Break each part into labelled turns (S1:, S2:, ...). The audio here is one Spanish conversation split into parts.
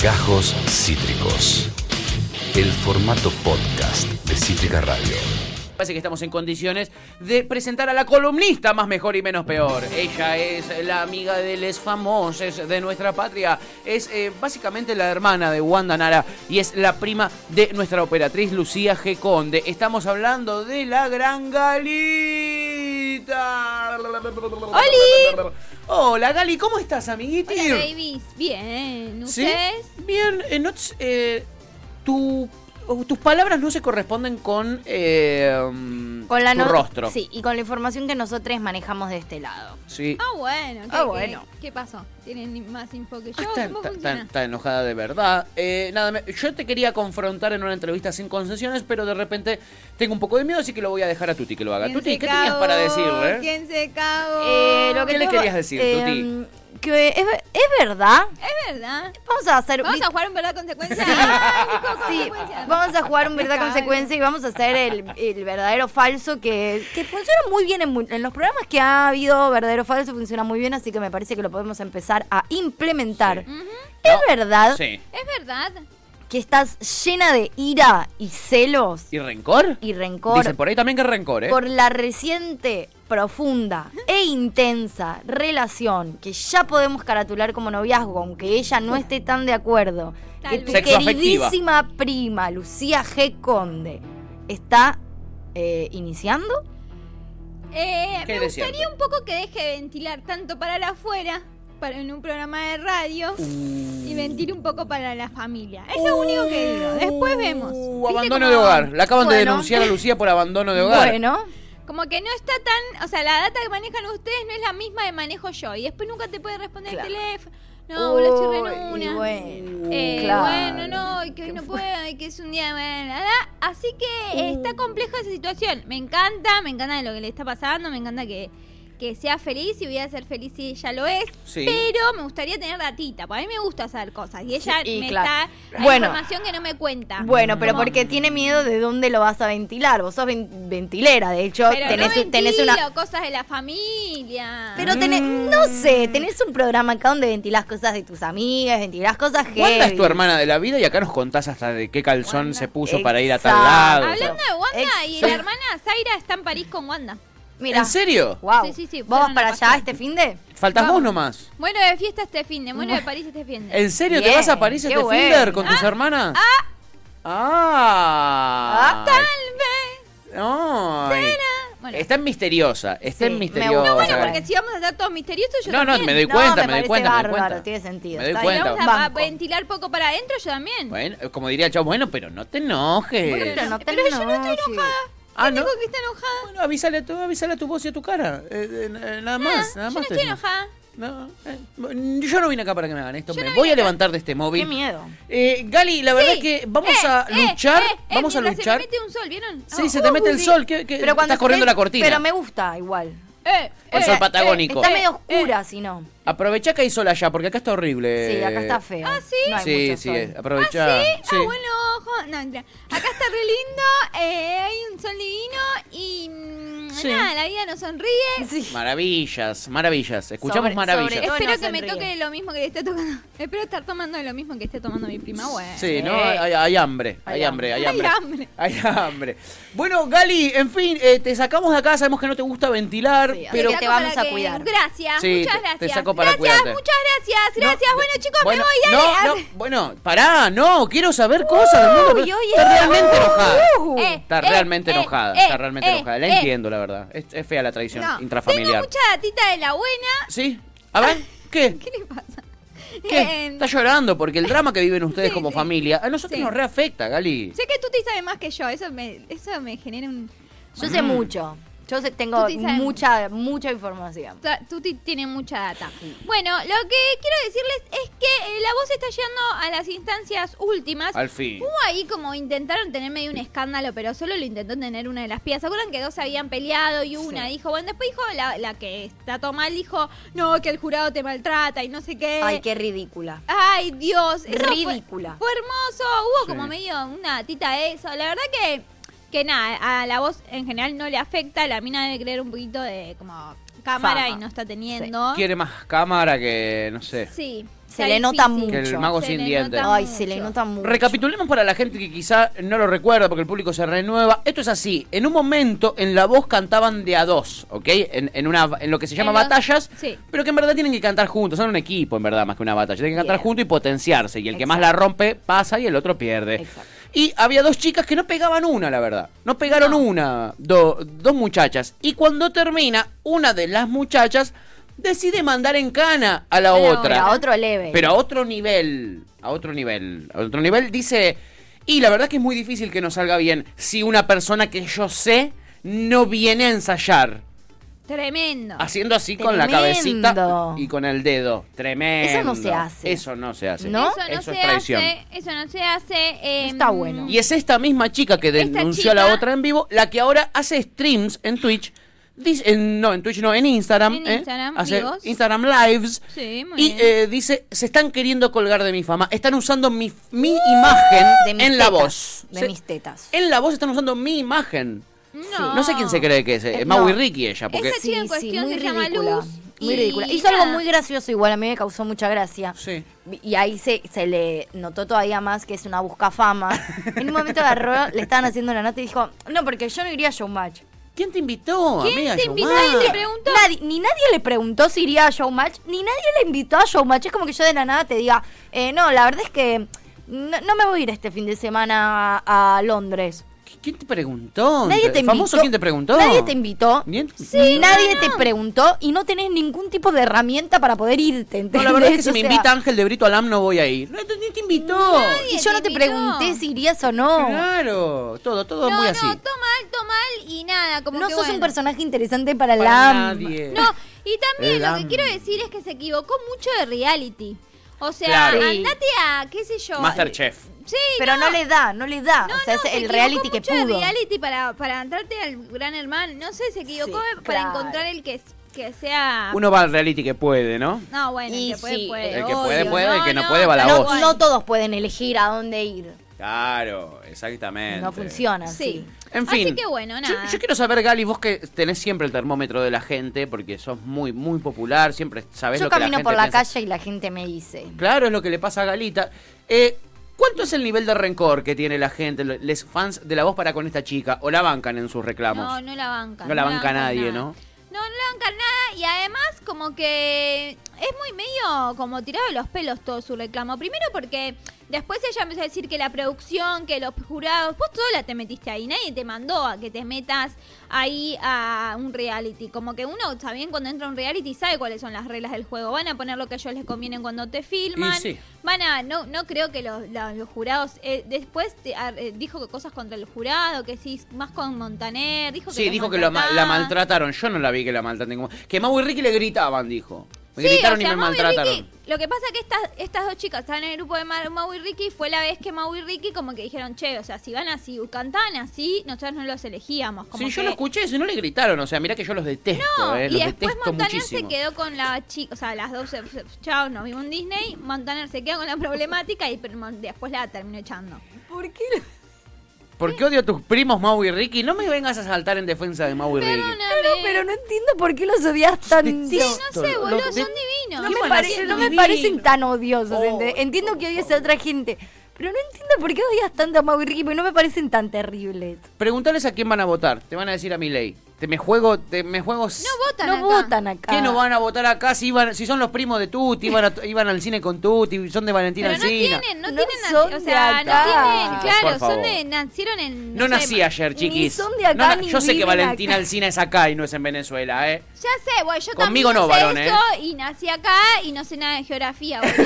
S1: Gajos Cítricos. El formato podcast de Cítrica Radio.
S2: Parece que estamos en condiciones de presentar a la columnista más mejor y menos peor. Ella es la amiga de Les Famosos de nuestra patria. Es eh, básicamente la hermana de Wanda Nara y es la prima de nuestra operatriz Lucía G. Conde. Estamos hablando de la gran Galita.
S3: ¡Holi!
S2: Hola Gali, ¿cómo estás, amiguitín?
S3: Hola, babies. Bien.
S2: ¿Sí?
S3: ¿Ustedes?
S2: Bien, eh, no t- eh, tu- o- tus palabras no se corresponden con, eh, mm,
S4: Con la
S2: tu
S4: no-
S2: rostro.
S4: Sí, y con la información que nosotros manejamos de este lado.
S2: Sí.
S3: Ah, bueno. ¿qué,
S4: Ah,
S3: qué-
S4: bueno.
S3: ¿Qué pasó? ¿Tienen más info que
S2: Ah,
S3: yo?
S2: está,
S3: ¿Cómo
S2: está-
S3: funciona?
S2: está- está enojada de verdad. Eh, nada, me- yo te quería confrontar en una entrevista sin concesiones, pero de repente tengo un poco de miedo, así que lo voy a dejar a Tuti que lo haga.
S3: ¿Quién
S2: Tuti,
S3: se
S2: ¿qué tenías
S3: cagó?
S2: para eh? decirle?
S3: ¿Quién se cagó?
S4: Eh, lo que
S2: ¿Qué le
S4: tengo-
S2: querías decir,
S4: eh, Que es, ver- es verdad.
S3: Es verdad.
S4: Vamos a hacer.
S3: Vamos a jugar un verdad consecuencia. Ay, con
S4: Sí,
S3: consecuencia.
S4: vamos a jugar un
S3: Me
S4: verdad
S3: cago.
S4: consecuencia y vamos a hacer el, el verdadero falso que, que funciona muy bien en, mu- en los programas que ha habido verdadero falso funciona muy bien así que me parece que lo podemos empezar a implementar.
S2: Sí.
S3: Ujú.
S4: Es
S2: No,
S4: verdad
S2: Sí.
S3: Es verdad.
S4: que estás llena de ira y celos
S2: ¿Y rencor?
S4: y rencor
S2: Dicen por ahí también que rencor, ¿eh?
S4: por la reciente, profunda e intensa relación que ya podemos caratular como noviazgo, aunque ella no esté tan de acuerdo,
S3: Tal
S4: que tu
S3: vez.
S2: Sexoafectiva.
S4: queridísima prima Lucía G. Conde está eh, iniciando.
S3: Eh,
S2: ¿Qué
S3: me
S2: decían?
S3: gustaría un poco que deje de ventilar tanto para la afuera, para en un programa de radio, y mentir un poco para la familia. Es lo único que digo. Después vemos.
S2: Uh. Uh,
S3: ¿Viste
S2: abandono
S3: cómo-
S2: de hogar. La acaban de
S4: Bueno.
S2: denunciar a Lucía por abandono de hogar.
S4: Bueno,
S3: Como que no está tan. O sea, la data que manejan ustedes no es la misma que manejo yo. Y después nunca te puede responder
S4: Claro.
S3: el teléfono. No, boludo, estoy re en
S4: Uy,
S3: una.
S2: Uh.
S4: bueno,
S3: Eh,
S4: claro.
S3: bueno, no, y que hoy
S4: ¿Qué
S3: no
S4: fue?
S3: puedo, y que es un día de nada. Así que eh,
S4: Uh.
S3: está compleja esa situación. Me encanta, me encanta lo que le está pasando, me encanta que, que sea feliz y voy a ser feliz si ella lo es.
S2: Sí.
S3: Pero me gustaría tener datita, porque a mí me gusta saber cosas. Y ella
S4: Sí, y
S3: me
S4: claro.
S3: está. Hay
S4: Bueno.
S3: información que no me cuenta.
S4: Bueno, pero
S3: Como-
S4: porque tiene miedo de dónde lo vas a ventilar. Vos sos ven- ventilera, de hecho,
S3: Pero
S4: tenés,
S3: no
S4: tenés
S3: ventilo
S4: una
S3: cosas de la familia.
S4: Pero tenés, no sé, tenés un programa acá donde ventilás cosas de tus amigas, ventilás cosas que.
S2: Wanda es tu hermana de la vida y acá nos contás hasta de qué calzón
S3: Wanda.
S2: se puso para ir a tal
S4: Exacto.
S2: lado. o sea.
S3: Hablando de Wanda y
S4: Ex-
S3: la hermana Zaira está en París con Wanda.
S4: Mira.
S2: ¿En serio?
S4: Wow.
S3: Sí, sí, sí,
S4: ¿Vos vas
S3: fueron
S4: para
S3: a
S4: allá
S3: pasear.
S4: este fin de?
S2: Faltas vos
S3: Vamos.
S2: nomás.
S3: Bueno de fiesta este fin de, bueno de París este fin de.
S2: ¿En serio te
S4: Bien,
S2: vas a París
S4: qué
S2: este
S4: bueno.
S2: Finder con tus hermanas? ¡Ah!
S4: Ah,
S3: Tal vez.
S2: No.
S3: Bueno.
S2: Está en misteriosa, está
S4: Sí,
S2: en
S4: me
S2: misteriosa.
S4: gusta.
S3: Bueno,
S4: Bueno.
S3: porque si vamos a estar todos misteriosos, yo
S2: no, no,
S3: también.
S2: me doy
S4: No,
S2: cuenta,
S4: me
S2: me, doy
S4: parece
S2: cuenta, me doy
S4: bárbaro,
S2: cuenta.
S4: tiene sentido,
S2: Me doy
S4: está
S3: Si
S4: bien.
S2: cuenta.
S3: vamos a
S4: Banco.
S3: ventilar poco para adentro, yo también.
S2: Bueno, eh, como diría Chavo, bueno, pero no te enojes.
S4: Pero no te
S3: Pero yo no estoy
S4: enojes.
S3: enojada.
S2: Ah,
S3: Yo
S2: ¿no?
S3: digo que está enojada.
S2: Bueno, avísale a tu, avísale a tu voz y a tu cara. eh, eh, eh, nada más,
S3: Ah,
S2: nada
S3: yo no
S2: más. te
S3: estoy
S2: decimos.
S3: enojada.
S2: No, eh, yo no vine acá para que me hagan esto.
S3: Yo
S2: me
S3: no
S2: voy
S3: vine
S2: a
S3: acá.
S2: levantar de este móvil.
S4: Qué miedo.
S2: Eh, Gali, la verdad
S3: Sí.
S2: es que vamos
S3: Eh,
S2: a
S3: eh,
S2: luchar.
S3: eh, eh,
S2: vamos a
S3: mientras
S2: luchar.
S3: Se te mete un sol, ¿vieron?
S2: Sí, se te mete el
S4: sí.
S2: sol. Que, que estás
S4: se
S2: corriendo
S4: te-
S2: la cortina.
S4: Pero me gusta igual.
S3: Eh,
S2: El
S3: eh,
S2: sol
S3: eh,
S2: patagónico.
S4: Está
S3: eh,
S4: medio
S3: eh.
S4: oscura, si no.
S2: Aprovechá que hay sol allá, porque acá está horrible.
S4: Sí, acá está feo.
S3: Ah, ¿sí?
S4: No hay
S2: Eh. sí,
S4: mucho
S2: sí,
S4: sol.
S2: es-
S3: Ah, sí,
S2: aprovechá.
S3: ah,
S2: Sí.
S3: bueno, ojo. No, mentira. Acá está re lindo, eh, hay un sol divino y mm,
S2: Sí.
S3: nada, la vida nos sonríe.
S4: Sí.
S2: Maravillas, maravillas. Escuchamos
S4: Sobre-
S2: maravillas.
S4: sobre todo-
S3: Espero
S4: nos
S3: que me
S4: sonríe.
S3: toque lo mismo que le esté tocando. Espero estar tomando lo mismo que esté tomando mi prima, güey.
S2: Sí,
S4: Sí.
S2: ¿no? Hay, hay- hay hambre, hay,
S4: Hay
S2: hambre, hay hambre.
S3: hambre.
S2: Hay hambre. Bueno, Gali, en fin, eh, te sacamos de acá, sabemos que no te gusta ventilar,
S4: Sí, así
S2: pero...
S4: que te vamos a cuidar.
S3: Gracias,
S2: Sí,
S3: muchas
S2: te- te
S3: gracias.
S2: saco para
S3: gracias,
S2: cuidarte.
S3: muchas gracias, gracias.
S2: No,
S3: bueno, chicos,
S2: bueno,
S3: me voy, dale.
S2: No, no, bueno, pará, no, quiero saber cosas del mundo.
S4: Uy,
S2: pero
S4: oye,
S2: Está realmente
S4: uh,
S2: enojada.
S4: uh.
S3: Eh,
S2: Está
S3: eh,
S2: realmente
S3: eh,
S2: enojada,
S3: eh,
S2: está realmente
S3: eh,
S2: enojada. La
S3: eh.
S2: entiendo, la verdad. Es, es fea la traición
S3: No, Tengo
S2: intrafamiliar.
S3: mucha datita de la buena.
S2: ¿Sí? A ver, ¿qué?
S3: ¿Qué le pasa?
S2: ¿Qué?
S3: Eh,
S2: Está llorando porque el drama que viven ustedes
S3: Sí,
S2: como
S3: sí.
S2: familia a nosotros
S3: Sí.
S2: nos reafecta, Gali.
S3: sé que tú te sabes más que yo, eso me, eso me genera un...
S4: Yo
S2: Mm.
S4: sé mucho. Yo sé- tengo
S3: Tú sí sabes.
S4: mucha, mucha información.
S3: Ta- Tuti tiene mucha data. Bueno, lo que quiero decirles es que eh, la voz está llegando a las instancias últimas.
S2: Al fin.
S3: Hubo ahí como intentaron tener medio un escándalo, pero solo lo intentó tener una de las pías. ¿Se acuerdan que dos se habían peleado y una dijo, bueno, después dijo, la, la que está todo mal dijo, no, que el jurado te maltrata y no sé qué.
S4: Ay, qué ridícula.
S3: Ay, Dios. eso fue-
S4: Ridícula.
S3: Fue, hermoso.
S2: Sí.
S3: Hubo como medio una tita de eso. La verdad que, que nada, a la voz en general no le afecta. La mina debe creer un poquito de como cámara
S4: Fama.
S3: y no está teniendo.
S2: Quiere más cámara que, no sé.
S3: Sí.
S4: Se le nota
S3: difícil.
S2: Que el
S4: mucho.
S2: mago
S3: Se
S2: sin
S3: le
S2: dientes.
S3: nota
S4: Ay, se le
S3: mucho.
S4: nota mucho.
S2: Recapitulemos para la gente que quizá no lo recuerda porque el público se renueva. Esto es así. En un momento en la voz cantaban de a dos, ¿ok? En, en una, en lo que se llama
S3: En los-
S2: batallas,
S3: sí.
S2: pero que en verdad tienen que cantar juntos. Son un equipo, en verdad, más que una batalla. Tienen que cantar
S4: Bien.
S2: juntos y potenciarse. Y el que más la rompe pasa y el otro pierde.
S4: Exacto.
S2: Y había dos chicas que no pegaban una, la verdad. No pegaron una, do- dos muchachas. Y cuando termina, una de las muchachas decide mandar en cana a la
S3: A la
S2: otra.
S4: Pero a otro level.
S2: Pero a otro nivel, a otro nivel, a otro nivel dice, y la verdad que es muy difícil que nos salga bien si una persona que yo sé no viene a ensayar,
S3: Tremendo.
S2: haciendo así con la
S4: Tremendo.
S2: cabecita y con el dedo. Tremendo.
S4: Eso no se hace.
S2: Eso no se hace.
S4: ¿No?
S3: Eso no
S2: Eso
S3: se
S2: es traición.
S3: hace. Eso no se hace. eh,
S4: está bueno.
S2: Y es esta misma chica que
S3: Esta
S2: denunció a la
S3: chica-
S2: otra en vivo, la que ahora hace streams en Twitch. Dice, en- no, en Twitch no, en Instagram.
S3: En
S2: ¿eh?
S3: Instagram,
S2: Hace
S3: vivos.
S2: Instagram Lives.
S3: Sí, muy
S2: y
S3: bien.
S2: eh, dice, se están queriendo colgar de mi fama. Están usando mi, mi imagen
S4: De
S2: en
S4: mis
S2: la
S4: tetas,
S2: voz. Eh,
S4: de
S2: Se-
S4: mis tetas.
S2: En la voz están usando mi imagen.
S3: No.
S2: No sé quién se cree que es. Es
S4: Eh,
S2: Mau y
S4: no.
S2: Ricky ella. Porque...
S3: Esa chica en cuestión se llama Luz
S4: Muy
S3: y
S4: ridícula. Hizo algo
S3: nada.
S4: muy gracioso, igual a mí me causó mucha gracia.
S2: Sí.
S4: Y ahí se, se le notó todavía más que es una buscafama. en un momento agarró, le estaban haciendo la nota y dijo, no, porque yo no iría a Showmatch.
S2: ¿Quién te invitó,
S3: ¿Quién
S2: amiga?
S3: te
S2: Yomar?
S3: invitó? Nadie te preguntó.
S4: Nadie- ni nadie le preguntó si iría a Showmatch, ni nadie le invitó a Showmatch. Es como que yo de la nada te diga, eh, no, la verdad es que no, no me voy a ir este fin de semana a, a Londres.
S2: ¿Quién te preguntó?
S4: Nadie te
S2: ¿El famoso
S4: invitó.
S2: quién te preguntó?
S4: Nadie te invitó.
S2: ¿Bien?
S4: nadie te preguntó y no tenés ningún tipo de herramienta para poder irte.
S2: No, la
S4: ¿entendés?
S2: verdad es que si
S4: O
S2: me
S4: sea,
S2: invita Ángel de Brito Alam no voy a ir. No, ni te invitó.
S4: Y
S3: Nadie
S4: yo
S3: te
S4: no te
S3: invitó.
S4: pregunté si irías o no.
S2: Claro, todo, todo
S3: No,
S2: muy
S3: no,
S2: así.
S3: todo mal, todo mal y nada. Como
S4: No
S3: que
S4: sos un
S3: bueno.
S4: personaje interesante para,
S2: Para
S4: la AMP.
S2: nadie.
S3: No, y también
S2: El
S3: lo
S2: am-
S3: que quiero decir es que se equivocó mucho de reality. O sea,
S2: Claro. Sí.
S3: andate a, qué sé yo.
S2: Masterchef.
S3: Sí,
S4: Pero no. le da, no le da.
S3: no,
S4: o
S3: no,
S4: sea, es
S3: se
S4: el
S3: equivocó
S4: reality que
S3: mucho
S4: pudo.
S3: De reality para, para entrarte al gran hermano. No sé, se equivocó
S4: Sí,
S3: para
S4: claro.
S3: encontrar el que, que sea.
S2: Uno va al reality que puede, ¿no?
S3: No, bueno,
S4: Y
S3: el que puede,
S4: sí,
S3: puede.
S2: el que
S3: obvio.
S2: puede, puede, el que no puede, va la
S4: No,
S2: voz.
S3: bueno.
S4: no todos pueden elegir a dónde ir.
S2: Claro, exactamente.
S4: No funciona.
S3: Sí.
S4: Sí.
S2: En fin.
S3: Así que bueno,
S2: Yo-
S3: nada.
S2: Yo, quiero saber, Gali, vos que tenés siempre el termómetro de la gente, porque sos muy, muy popular, siempre sabés
S4: Yo
S2: lo que la
S4: camino
S2: gente
S4: por la
S2: piensa.
S4: calle y la gente me dice.
S2: Claro, es lo que le pasa a Galita. Eh, ¿Cuánto es el nivel de rencor que tiene la gente, lo- les fans de la voz para con esta chica? ¿O la bancan en sus reclamos?
S3: No, no la banca.
S2: No la banca nadie, ¿no?
S3: No, no la banca nada y además como que es muy medio como tirado de los pelos todo su reclamo. Primero porque después ella empezó a decir que la producción, que los jurados, vos sola te metiste ahí, nadie te mandó a que te metas ahí a un reality. Como que uno también cuando entra a un reality sabe cuáles son las reglas del juego. Van a poner lo que a ellos les conviene cuando te filman.
S2: Y sí.
S3: Van a, no, no creo que los, la- los jurados, eh, después te- ah, eh, dijo que cosas contra el jurado, que sí, más con Montaner, dijo que
S2: Sí,
S3: lo
S2: dijo que lo ma- la
S3: maltrataba.
S2: maltrataron. Yo no la vi que la maltraten. como- Que Mau y Ricky le gritaban, dijo. Me
S3: Sí,
S2: gritaron
S3: o sea,
S2: y me
S3: Mau y
S2: maltrataron.
S3: Ricky- lo que pasa es que estas, estas dos chicas estaban en el grupo de Ma- Mau y Ricky y fue la vez que Mau y Ricky como que dijeron, che, o sea, si van así, cantaban así, nosotros no los elegíamos. Como
S2: Sí, yo
S3: que-
S2: lo escuché, si no le gritaron. O sea, mirá que yo los detesto,
S3: No,
S2: eh,
S3: y
S2: los
S3: después
S2: detesto
S3: Montaner
S2: muchísimo.
S3: se quedó con la chica, o sea, las dos, se- se- chao, nos vimos en Disney, Montaner se queda con la problemática y pero Mon- después la terminó echando.
S4: ¿Por qué?
S2: ¿Por qué odio a tus primos Mau y Ricky? No me vengas a saltar en defensa de Mau y Ricky.
S3: Perdóname.
S4: Pero, no entiendo por qué los odias tanto.
S2: Sí,
S3: No sé,
S2: Lo-
S3: boludo,
S2: lo-
S3: son
S2: de-
S3: divinos.
S4: No
S2: ¿Qué
S4: me,
S2: van a
S4: pare-
S2: hacer
S4: no me
S2: divino?
S4: parecen tan odiosos.
S2: Oh,
S4: ente- Entiendo que odias a otra gente. Pero no entiendo por qué odias tanto a Mau y Ricky, porque no me parecen tan terribles.
S2: Preguntales a quién van a votar. Te van a decir a mi ley. Te me juego, te me juego.
S3: No votan
S4: no
S3: acá.
S4: votan acá.
S2: ¿Qué no van a votar acá si iban, si son los primos de Tuti, iban, a- iban al cine con Tuti, son de Valentina
S3: Pero no
S2: Alsina?
S3: tienen, no,
S4: No
S3: tienen, nac-
S4: son
S3: o
S4: de
S3: sea, no
S4: acá.
S3: tienen,
S2: Chicos, por
S3: claro, son
S2: favor.
S3: de, nacieron en...
S2: No
S3: sé,
S2: nací ayer,
S4: Ni
S2: chiquis.
S4: son de acá,
S2: No na-
S4: ni
S2: yo sé que
S4: viven
S2: Valentina
S4: acá.
S2: Alsina es acá y no es en Venezuela, ¿eh?
S3: Ya sé, bueno, yo
S2: Conmigo
S3: también
S2: no,
S3: sé
S2: varón, ¿eh?
S3: eso y nací acá y no sé nada de geografía. boludo.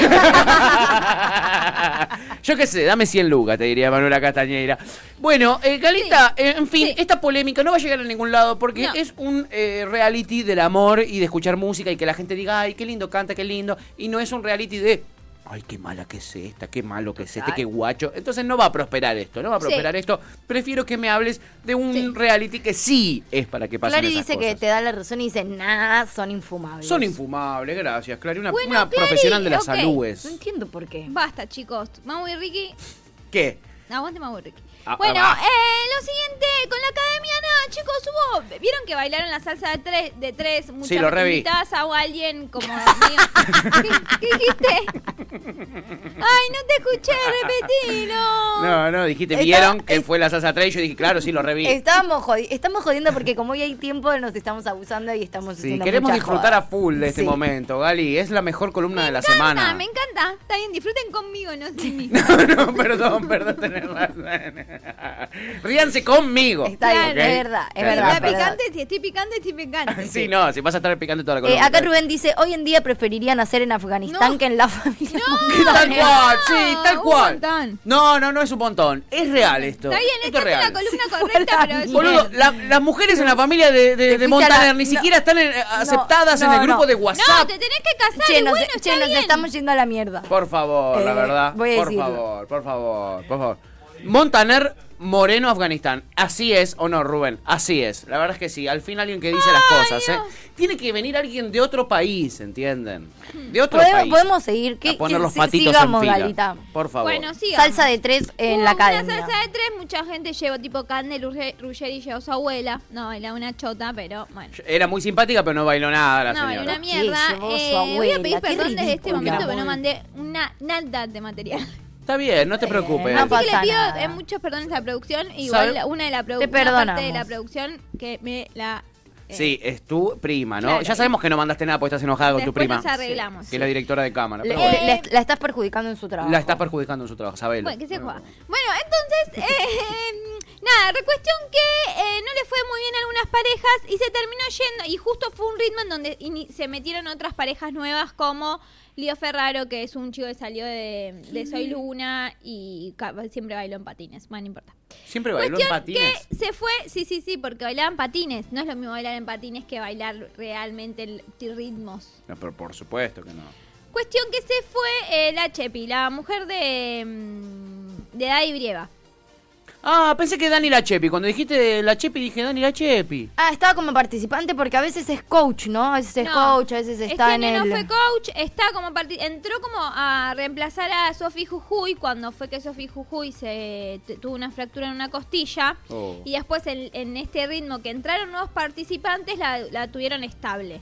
S2: Yo qué sé, dame 100 lucas, te diría Manuela Castañeira. Bueno, eh, Galita, eh, en fin,
S3: Sí.
S2: esta polémica no va a llegar a ningún lado porque
S3: No.
S2: es un eh, reality del amor y de escuchar música y que la gente diga, ay, qué lindo canta, qué lindo. Y no es un reality de, ay, qué mala que es esta, qué malo que es este, qué guacho. Entonces no va a prosperar esto, no va a
S3: Sí.
S2: prosperar esto. Prefiero que me hables de un
S3: Sí.
S2: reality que sí es para que pasen
S4: Clary
S2: esas
S4: dice que
S2: cosas.
S4: te da la razón y dice, nah, son infumables.
S2: Son infumables, gracias, Clary. Una,
S3: Bueno,
S2: una
S3: Clary,
S2: profesional de la
S3: ok.
S2: salud
S4: No
S2: es.
S4: entiendo por qué.
S3: Basta, chicos. Mau y Ricky,
S2: ¿Qué?
S3: aguante Mau y Ricky.
S2: Ah,
S3: bueno,
S2: ah, ah.
S3: eh, lo siguiente, con la academia, nada, chicos, hubo... ¿Vieron que bailaron la salsa de tres? De tres muchas
S2: lo reví.
S3: invitadas a alguien como... medio- ¿Qué, qué dijiste? Ay, no te escuché, repetilo.
S2: No, no, dijiste,
S4: Está-
S2: vieron que
S4: es-
S2: fue la salsa 3 yo dije, claro, sí, lo reví.
S4: Estábamos, jodi- estamos jodiendo porque como hoy hay tiempo nos estamos abusando y estamos
S2: Sí,
S4: haciendo
S2: queremos
S4: mucha
S2: disfrutar
S4: joda.
S2: a full de este
S4: Sí.
S2: momento, Gali. Es la mejor columna de la
S3: Ah,
S2: semana.
S3: me encanta. Está bien, disfruten conmigo, no sin mí.
S2: no, perdón, perdón, tenés razón. Ríanse conmigo.
S4: Está bien,
S2: ¿ok?
S4: es verdad, es
S2: Claro,
S4: verdad,
S3: Está
S2: es verdad.
S3: picante, si estoy picante, estoy picante.
S2: Sí, no, si vas a estar picante toda la
S4: Eh,
S2: columna.
S4: acá Rubén dice, hoy en día preferiría nacer en Afganistán
S3: No.
S4: que en la familia.
S2: Tal cual, sí, tal
S3: un
S2: cual.
S3: montón.
S2: No, no, no es un montón. Es real esto.
S3: Está bien,
S2: esto
S3: esta
S2: es
S3: es
S2: real.
S3: la columna
S4: Se fue
S3: correcta,
S4: la
S3: pero es
S2: Boludo, la- las mujeres en la familia de, de- de
S4: fuiste
S2: Montaner
S4: a la-
S2: ni
S4: no.
S2: siquiera están en- eh, aceptadas
S4: no,
S2: en el grupo
S4: no.
S2: de
S3: No,
S2: WhatsApp.
S3: te tenés que casar,
S4: Che,
S3: y
S4: nos,
S3: bueno,
S4: che,
S3: está
S4: nos
S3: bien.
S4: estamos yendo a la mierda.
S2: Por favor, la
S4: Eh,
S2: verdad.
S4: voy a
S2: por
S4: decirlo.
S2: favor, por favor, por favor. Montaner Moreno Afganistán. Así es o no, Rubén. Así es. La verdad es que sí. Al fin alguien que dice las cosas, ¿eh? Tiene que venir alguien de otro país, ¿entienden? De otro
S4: Podemos-
S2: país.
S4: podemos seguir. ¿Qué-
S2: a poner
S4: qué-
S2: los
S4: si-
S2: patitos
S4: sigamos,
S2: en fila.
S4: Galita.
S2: Por favor.
S3: Bueno, sí.
S4: Salsa de tres en
S3: Hubo
S4: la
S3: una
S4: academia.
S3: salsa de tres, mucha gente llevó tipo Candel Rugge- Ruggeri llevó su abuela. No, era una chota, pero bueno.
S2: Era muy simpática, pero no bailó nada la
S3: No,
S2: señora.
S3: era una mierda.
S4: Sí, llevó
S3: Eh,
S4: su
S3: voy
S4: abuela,
S3: a pedir
S4: qué
S3: perdón desde este
S4: ridícula,
S3: momento, pero
S4: boludo.
S3: no mandé una nada de material.
S2: Está bien, no te preocupes.
S4: Eh, no
S3: Así que
S4: pasa
S3: le pido
S4: nada.
S3: eh, muchos perdones a la producción.
S2: ¿Sabe?
S3: Igual la- una de la
S4: Te
S3: producción, parte de
S4: perdonamos.
S3: la producción que me la. eh,
S2: Sí, es tu prima, ¿no?
S3: Claro.
S2: ya sabemos que no mandaste nada porque estás enojada con tu
S3: Después
S2: prima.
S3: nos arreglamos,
S2: Que
S3: sí.
S2: es la directora de cámara.
S4: Le-
S2: pero bueno,
S4: le-
S3: Eh,
S4: la estás perjudicando en su trabajo.
S2: la estás perjudicando en su trabajo, sabelo.
S3: Bueno, que se joda. Bueno, entonces, eh, nada, re- cuestión que eh, no le fue muy bien a algunas parejas y se terminó yendo. Y justo fue un ritmo en donde ini- se metieron otras parejas nuevas como Lío Ferraro, que es un chico que salió de, de Soy Luna y ca- siempre bailó en patines. Bueno, no importa.
S2: Siempre bailó en
S3: Cuestión
S2: patines.
S3: que se fue, sí, sí, sí, porque bailaban patines. No es lo mismo bailar en patines que bailar realmente el- ritmos.
S2: No, pero por supuesto que no.
S3: Cuestión que se fue eh, la Chepi, la mujer de, mm, de Daddy Brieva.
S2: Ah, pensé que Dani la Chepi. Cuando dijiste la Chepi, dije Dani la Chepi.
S4: Ah, estaba como participante porque a veces es coach, ¿no? A veces es
S3: No,
S4: coach, a veces
S3: este
S4: está en
S3: año
S4: el...
S3: no fue coach, está como parti- entró como a reemplazar a Sofi Jujuy cuando fue que Sofi Jujuy se t- tuvo una fractura en una costilla
S2: Oh.
S3: y después en, en este ritmo que entraron nuevos participantes la, la tuvieron estable.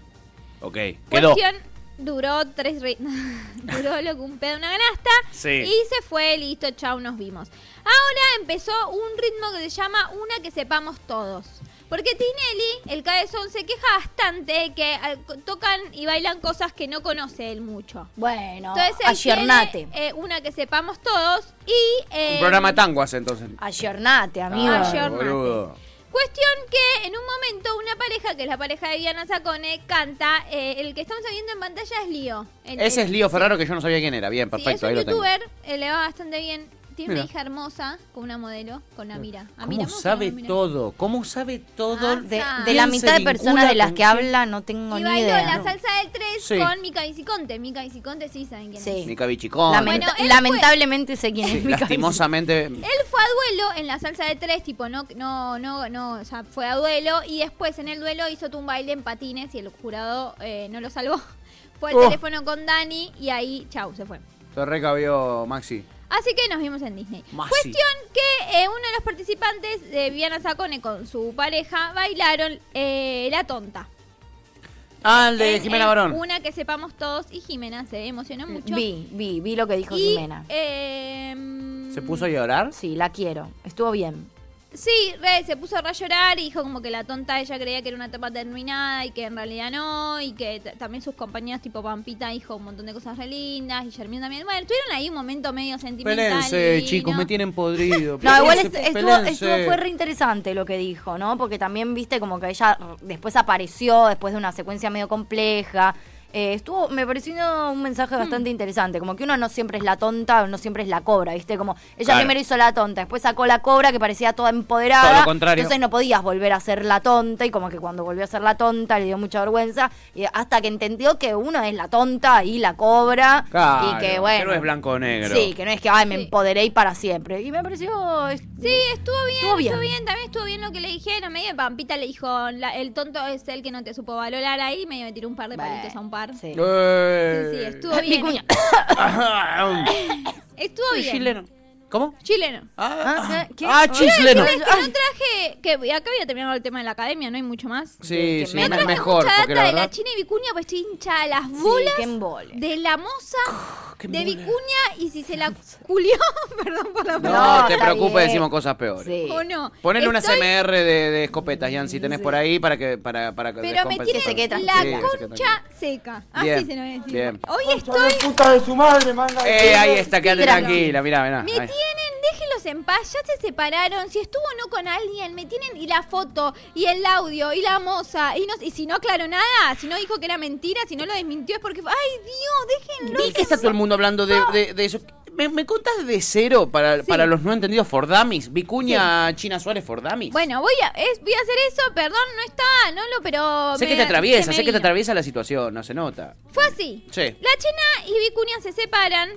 S2: Ok, quedó.
S3: Cuestión duró tres ri- duró lo que un pedo una ganasta
S2: Sí.
S3: y se fue listo chao nos vimos ahora empezó un ritmo que se llama una que sepamos todos porque Tinelli el cabezón se queja bastante que al- tocan y bailan cosas que no conoce él mucho
S4: Bueno,
S3: entonces
S2: Ah,
S3: él
S4: ayiernate.
S3: tiene, eh, una que sepamos todos y eh,
S2: Un programa de tango hace entonces.
S4: Ayiernate, amigo.
S2: Claro,
S3: ayer mate.
S2: boludo.
S3: Cuestión que en un momento una pareja, que es la pareja de Diana Sacone, canta. eh, el que estamos viendo en pantalla es Lío. El-
S2: Ese
S3: el-
S2: es Lío Ferraro que yo no sabía quién era. Bien,
S3: Sí,
S2: perfecto, ahí
S3: es
S2: lo
S3: un
S2: tengo.
S3: youtuber, eh, le va bastante bien. Tiene
S2: Mira. Mm.
S3: una hija hermosa, con una Ah, modelo, con Amira. Amira
S2: ¿Cómo
S3: Mosa,
S2: sabe
S3: Amira.
S2: todo? ¿Cómo sabe todo?
S3: Ah,
S4: De,
S3: Ah.
S4: de la
S2: ¿Quién
S4: mitad
S2: se
S4: de personas
S2: vincula
S4: de las
S2: con
S4: que habla no tengo
S3: Y
S4: ni
S3: bailó
S4: idea.
S3: la salsa del 3
S2: Sí.
S3: con Mica Viciconte. Mica Viciconte sí saben quién
S4: Sí.
S3: es.
S2: Mica Bichicón.
S4: Lament-
S3: Bueno, Eh. él fue-
S4: lamentablemente sé quién
S2: Sí,
S4: es mi cabeza.
S2: lastimosamente.
S3: Él fue a duelo en la salsa de 3, tipo, no, no, no, no, o sea, fue a duelo. Y después en el duelo hizo tú un baile en patines y el jurado eh, no lo salvó. Fue al
S2: Oh.
S3: teléfono con Dani y ahí, chau, se fue.
S2: Te recabió Maxi.
S3: Así que nos vimos en Disney.
S2: Más sí.
S3: Cuestión que eh, uno de los participantes, de Viviana Sacone, con su pareja, bailaron eh, La Tonta.
S2: Ah, el de
S3: En-
S2: Jimena
S3: en
S2: Barón.
S3: Una que sepamos todos y Jimena se emocionó mucho.
S4: Vi, vi, vi lo que dijo
S3: y,
S4: Jimena.
S3: em,
S2: ¿Se puso a llorar?
S4: Sí, la quiero. Estuvo bien.
S3: Sí, re, se puso a re llorar y dijo como que la tonta ella creía que era una etapa terminada y que en realidad no, y que t- también sus compañeras tipo Pampita dijo un montón de cosas re lindas, y Germín también. Bueno, tuvieron ahí un momento medio sentimental.
S2: Pelense,
S3: divino.
S2: chicos, me tienen podrido.
S4: No, igual
S2: Pelense,
S4: es- estuvo,
S2: pelense.
S4: estuvo- fue re interesante lo que dijo, ¿no? Porque también viste como que ella r- después apareció después de una secuencia medio compleja. Eh, estuvo, me pareció un mensaje
S2: Hmm.
S4: bastante interesante, como que uno no siempre es la tonta, no siempre es la cobra, ¿viste? Como ella
S2: Claro.
S4: primero hizo la tonta, después sacó la cobra que parecía toda empoderada.
S2: Todo lo contrario.
S4: Entonces no podías volver a ser la tonta y como que cuando volvió a ser la tonta le dio mucha vergüenza y hasta que entendió que uno es la tonta y la cobra
S2: Claro,
S4: y que bueno.
S2: no es blanco o negro.
S4: Sí, que no es que ay, me
S3: Sí.
S4: empoderé y para siempre. Y me pareció es-
S3: Sí, estuvo bien, estuvo
S4: Estuvo bien.
S3: bien. también estuvo bien lo que le dijeron. Medio que Pampita le dijo, la- el tonto es el que no te supo valorar ahí, medio me tiró un par de
S4: Bueno,
S3: palitos a un par.
S4: sí.
S2: Eh,
S3: Sí, sí, estuvo bien.
S4: Mi cuña.
S3: Estuvo bien.
S2: ¿Cómo?
S3: Chileno.
S2: Ah,
S4: Ah, ¿qué?
S2: ah,
S4: Ah,
S2: chisleno.
S4: ¿qué
S3: Es que no traje. Que y acá voy a terminar con el tema de la academia, no hay mucho más.
S2: Sí, sí,
S4: me
S2: me-
S3: No traje
S2: mejor.
S3: mucha
S2: Porque
S3: data
S2: la
S3: de la
S2: verdad.
S3: China y Vicuña, pues estoy hincha de las bolas.
S4: qué embole.
S3: de la moza,
S2: qué
S3: de
S2: embole.
S3: Vicuña, y si se la culió, perdón por la palabra.
S2: No, te
S4: está
S2: preocupes,
S4: bien.
S2: decimos cosas peores.
S4: Sí.
S3: o no.
S2: Ponele una
S3: Estoy-
S2: CMR de, de escopetas, Jan, si tenés por ahí para que para, para que
S3: Pero me
S2: descompensar.
S3: tiene
S4: Que se quede
S3: la
S2: Sí,
S4: tranquila.
S2: que se quede
S3: concha seca. Así
S2: Bien,
S3: se lo voy a decir.
S2: bien.
S3: Hoy
S5: Chale,
S3: estoy.
S5: puta de su madre, manga. de
S2: Eh, ahí
S5: culo.
S2: está, quédate
S4: Míralo.
S2: tranquila, mirá, mirá.
S3: Me
S2: ahí.
S3: tienen, déjenlos en paz, ya se separaron, si estuvo o no con alguien, me tienen y la foto, y el audio, y la moza, y no y si no aclaró nada, si no dijo que era mentira, si no lo desmintió es porque fue- ay Dios, déjenlo.
S2: Vi que está todo el mundo hablando de, de- de eso. ¿Me, me contás de cero para, para los no entendidos Fordamis? Vicuña, China Suárez, Fordamis.
S3: Bueno, voy a, es- voy a hacer eso, perdón, no está, no lo, pero.
S2: sé
S3: me-
S2: que te
S3: se
S2: atraviesa,
S3: me
S2: sé que te
S3: vino.
S2: atraviesa la situación, no se nota.
S3: Fue así.
S2: Sí.
S3: La China y Vicuña se separan.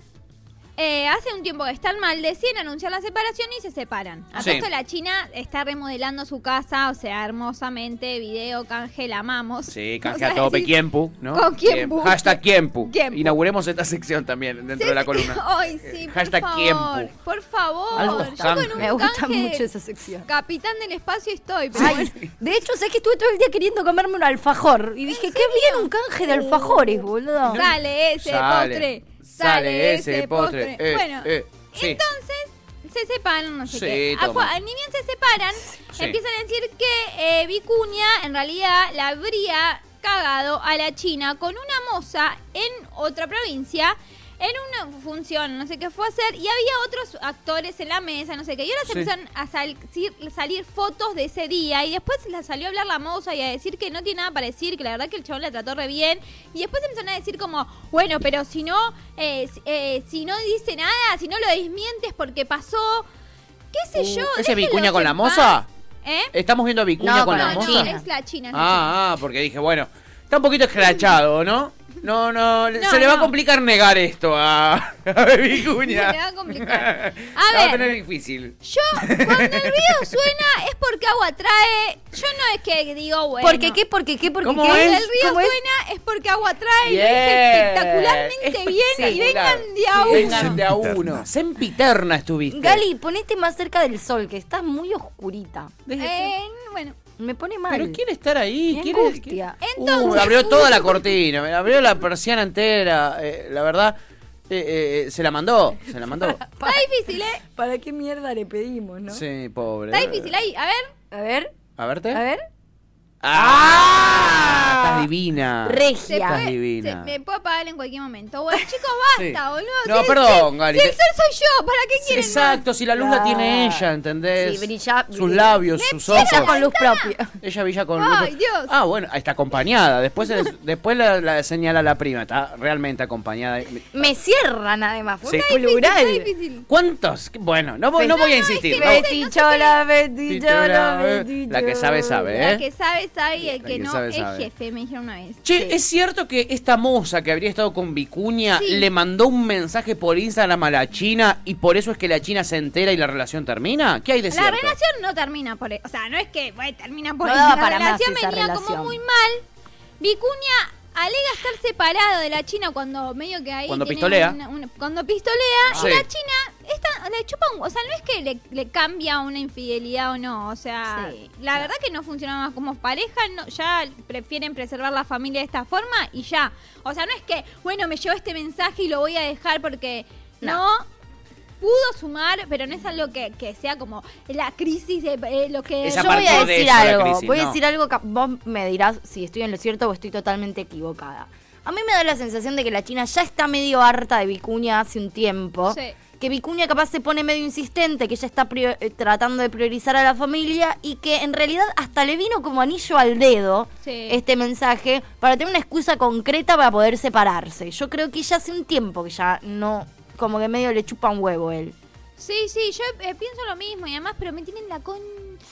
S3: eh, hace un tiempo que están mal, deciden anunciar la separación y se separan. A
S2: Sí.
S3: todo esto la China está remodelando su casa, o sea, hermosamente, video, canje, la amamos.
S2: Sí,
S3: O
S2: canje
S3: sea,
S2: a tope,
S3: decís,
S2: Kiempu, ¿no?
S3: Con Kiempu.
S2: Kiem- Hashtag Kiempu.
S3: Kiempu.
S2: Inauguremos esta sección también dentro de la
S3: sí, Oh,
S2: columna.
S3: Ay, sí,
S2: Eh,
S3: por
S2: hashtag
S3: favor.
S2: Kiempu.
S3: Por favor.
S2: Algo
S3: Yo
S2: canje.
S3: con un
S4: Me gusta
S3: canje,
S4: mucho esa sección.
S3: Capitán del espacio estoy, pero bueno.
S4: Ay, de hecho, sé que estuve todo el día queriendo comerme un alfajor. Y dije, qué bien un canje de alfajores,
S3: Ah,
S4: boludo.
S3: Sale ese
S2: Sale,
S3: postre.
S2: sale ese postre. Eh,
S3: bueno,
S2: eh, sí.
S3: entonces se separan, no sé
S2: Sí,
S3: qué. A
S2: toma.
S3: cua- ni bien se separan,
S2: Sí.
S3: empiezan a decir que eh, Vicuña en realidad la habría cagado a la China con una moza en otra provincia. En una función, no sé qué fue a hacer, y había otros actores en la mesa, no sé qué. Y ahora se
S2: Sí.
S3: empiezan a sal- sir- salir fotos de ese día, y después la salió a hablar la moza y a decir que no tiene nada para decir, que la verdad que el chabón la trató re bien. Y después empezaron a decir como, bueno, pero si no, eh, si- eh, si no dice nada, si no lo desmientes porque pasó, qué sé
S2: Uh,
S3: yo.
S2: ¿ese
S3: déjenlos
S2: Vicuña con
S3: en
S2: la
S3: paz.
S2: moza?
S3: ¿Eh?
S2: Estamos viendo a Vicuña con
S4: No, con
S2: la
S4: la
S3: no,
S2: moza.
S3: no, es la china. es la china.
S2: Ah, ah, porque dije, bueno, está un poquito escrachado, ¿no? No, no,
S3: No,
S2: se le va a
S3: no.
S2: complicar negar esto a, a Vicuña.
S3: Se le va a complicar. A
S2: La va a
S3: ver.
S2: tener difícil.
S3: Yo, cuando el río suena es porque agua trae. Yo no es que digo, bueno.
S4: Porque qué, porque qué, porque
S2: ¿Cómo
S4: qué.
S2: es?
S3: Cuando el río
S4: ¿Cómo es?
S3: suena es porque agua trae.
S2: Bien.
S3: Y lo dije espectacularmente bien. Y
S2: Espectacular.
S3: vengan de a uno.
S2: Vengan de a uno. Sempiterna estuviste.
S4: Gali, ponete más cerca del sol, que está muy oscurita.
S2: Desde-
S3: Eh, bueno,
S4: Me pone mal.
S2: Pero quiere estar ahí.
S4: Qué
S2: Quiere,
S4: angustia.
S2: quiere-
S3: Entonces-
S2: Uh, abrió toda la cortina. me Abrió la persiana entera. eh, la verdad, eh, eh, se la mandó. Se la mandó.
S3: está difícil, ¿eh?
S4: ¿Para qué mierda le pedimos, no?
S2: Sí, pobre.
S3: Está difícil ¿eh? ahí. A ver.
S4: A ver,
S2: A verte.
S4: a ver.
S2: ¡Ah! Estás divina.
S3: Se
S4: Regia.
S2: Estás
S3: fue-
S2: divina.
S3: Eh, se- me puedo apagar en cualquier momento. Bueno, chicos,
S2: Sí.
S3: basta, boludo.
S2: No,
S3: Si el
S2: perdón,
S3: sol-
S2: Gali,
S3: Si el
S2: te-
S3: sol soy yo, ¿para qué quieren
S2: Exacto, si la luz la tiene
S4: Claro.
S2: ella, ¿entendés?
S4: Sí, brilla-
S2: Sus
S4: brilla.
S2: labios, sus ojos.
S4: Ella con luz propia.
S2: Ella brilla con
S3: Ay,
S2: luz-
S3: Dios.
S2: Ah, bueno, está acompañada. Después, es- después la, la señala la prima. Está realmente acompañada.
S4: Me cierran además, fue
S2: Sí.
S4: un
S2: Está
S3: más? Difícil,
S4: plural.
S3: está difícil.
S2: ¿Cuántos? Bueno, no, voy- no voy a insistir.
S3: que
S2: ¿no?
S3: me-
S4: Vestichola, vestichola,
S2: La que sabe, sabe, ¿eh?
S3: La que sabe, sabe y el
S2: La
S3: que,
S2: que
S3: no
S2: sabe,
S3: es
S2: sabe.
S3: jefe, me dijeron una vez.
S2: Che,
S4: Sí.
S2: ¿es cierto que esta moza que habría estado con Vicuña
S3: Sí.
S2: le mandó un mensaje por Instagram a la China y por eso es que la China se entera y la relación termina? ¿Qué hay de
S3: La
S2: cierto?
S3: relación no termina por eso. O sea, no es que bueno, termina por
S4: No
S3: eso.
S4: daba
S3: La
S4: para más
S3: relación
S4: esa
S3: venía como
S4: relación.
S3: muy mal. Vicuña alega estar separado de la China cuando medio que ahí.
S2: Cuando
S3: tiene
S2: pistolea. Ah.
S3: una- una- cuando pistolea.
S2: Sí.
S3: Y la China esta, le chupa un- O sea, no es que le, le cambia una infidelidad o no. O sea,
S4: Sí,
S3: la verdad que no funcionan más como pareja. no- ya prefieren preservar la familia de esta forma y ya. O sea, no es que, bueno, me llevo este mensaje y lo voy a dejar porque. no pudo sumar, pero no es algo que, que sea como la crisis, de, eh, lo que...
S2: Esa
S4: Yo voy
S2: partió de
S4: a decir
S2: eso la
S4: algo,
S2: crisis,
S4: voy
S2: no.
S4: a decir algo que vos me dirás si estoy en lo cierto o estoy totalmente equivocada. A mí me da la sensación de que la China ya está medio harta de Vicuña hace un tiempo.
S3: Sí.
S4: Que Vicuña capaz se pone medio insistente, que ella está prio- eh, tratando de priorizar a la familia y que en realidad hasta le vino como anillo al dedo
S3: Sí.
S4: este mensaje para tener una excusa concreta para poder separarse. Yo creo que ya hace un tiempo que ya no, como que medio le chupa un huevo él.
S3: Sí, sí, yo eh, pienso lo mismo y además, pero me tienen la con...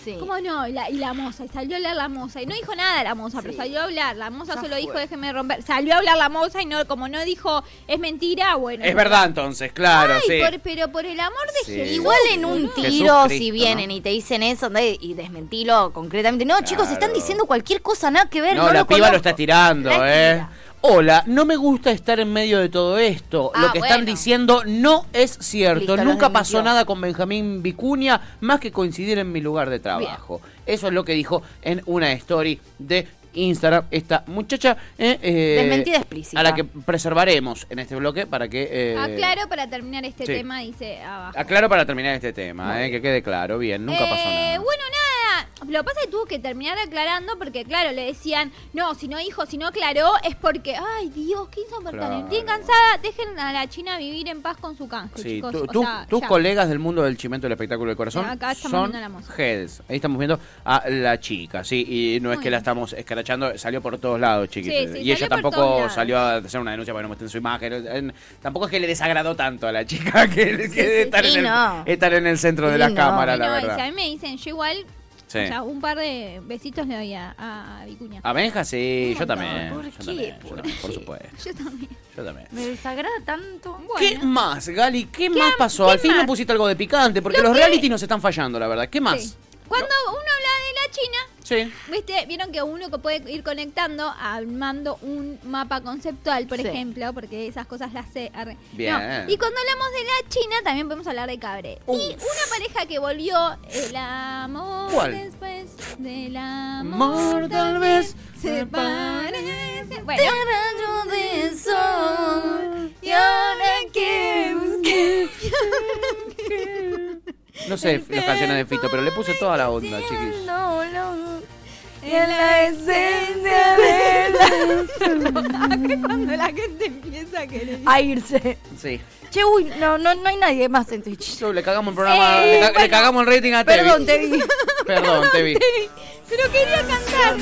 S4: Sí.
S3: ¿Cómo no? Y la, y la moza, y salió a hablar la moza, y no dijo nada la moza, pero
S4: Sí.
S3: salió a hablar, la moza
S4: Ya
S3: solo
S4: fue.
S3: dijo déjeme romper, salió a hablar la moza y no como no dijo es mentira, bueno.
S2: Es verdad entonces, claro,
S3: Ay,
S2: sí.
S3: por- pero por el amor de
S2: Sí.
S3: Jesús.
S4: Igual en un
S2: Jesús
S4: tiro,
S2: Cristo,
S4: si vienen
S2: ¿no?
S4: y te dicen eso, andá y y desmentilo concretamente. No, chicos, están
S2: Claro.
S4: diciendo cualquier cosa, nada que ver.
S2: No,
S4: No,
S2: la
S4: lo
S2: piba lo
S4: conozco.
S2: está tirando,
S4: La
S2: ¿eh?
S4: tira.
S2: Hola, no me gusta estar en medio de todo esto.
S4: Ah,
S2: Lo que están
S4: bueno.
S2: diciendo no es cierto.
S4: Listo, los
S2: Nunca pasó
S4: desmintió.
S2: nada con Benjamín Vicuña más que coincidir en mi lugar de trabajo. Eso es lo que dijo en una story de Instagram esta muchacha. eh, eh,
S4: Desmentida explícita.
S2: A la que preservaremos en este bloque para que... eh,
S3: Aclaro para terminar este
S2: sí.
S3: tema, dice abajo.
S2: aclaro para terminar este tema, eh, que quede claro. Bien, nunca pasó
S3: Eh,
S2: nada.
S3: Bueno, nada. Lo que pasa es que tuvo que terminar aclarando porque, claro, le decían, no, si no dijo, si no aclaró, es porque, ay, Dios, ¿qué hizo
S2: Claro.
S3: Bien cansada, dejen a la China vivir en paz con su canje,
S2: Sí,
S3: chicos.
S2: tú-
S3: O
S2: tú-
S3: sea,
S2: tus
S3: ya.
S2: colegas del mundo del chimento del espectáculo del corazón
S3: Acá estamos
S2: son
S3: viendo la moza.
S2: heads. Ahí estamos viendo a la chica, sí, y no es
S3: Muy
S2: que la
S3: bien.
S2: estamos escrachando, salió por todos lados, chiquitos.
S3: Sí, sí,
S2: y ella
S3: salió por todos
S2: tampoco
S3: lados.
S2: salió a hacer una denuncia para que no muestren su imagen. eh, Tampoco es que le desagradó tanto a la chica que, que
S3: sí.
S2: estar,
S4: Y
S2: en
S4: no.
S2: el, estar en el centro de
S4: Y
S2: la
S4: no.
S2: cámara,
S3: Ay,
S2: la
S3: no, y si a
S2: verdad.
S3: mí me dicen, yo igual,
S2: Sí. Ah.
S3: o sea, un par de besitos le doy a, a Vicuña.
S2: A Benja sí, yo también.
S4: ¿Por
S2: yo
S4: qué?
S2: también, yo
S4: ¿Por
S2: también, por
S4: qué?
S2: supuesto,
S3: Yo también.
S2: yo también.
S4: Me desagrada tanto.
S2: ¿Qué
S3: Bueno.
S2: más, Gali? ¿Qué, más pasó?
S3: qué
S2: Al fin me
S3: más?
S2: pusiste algo de picante, porque los reality nos están fallando, la verdad. ¿Qué más?
S3: Sí. Cuando uno habla de la China,
S2: Sí.
S3: ¿Viste? Vieron que uno que puede ir conectando armando un mapa conceptual, por
S4: Sí.
S3: ejemplo, porque esas cosas las sé. arre. No,
S2: Bien.
S3: Y cuando hablamos de la China, también podemos hablar de Cabré. Y una pareja que volvió el amor
S2: ¿Cuál?
S3: después del amor.
S2: Amor, tal vez
S3: Se
S2: se
S3: parece. Bueno,
S4: rayo de sol y ahora que busqué.
S2: No sé las canciones de Fito, pero le puse toda la onda, chiquis.
S4: No, no. En la esencia de
S3: cuando la gente empieza a querer.
S4: A irse.
S2: Sí.
S4: Che, uy, no, no, no hay nadie más en Twitch.
S2: Yo, le cagamos el programa,
S3: Eh,
S2: le, ca- le cagamos el rating a Tevi.
S4: Perdón, te vi.
S2: Perdón, Tevi.
S3: Pero quería cantar.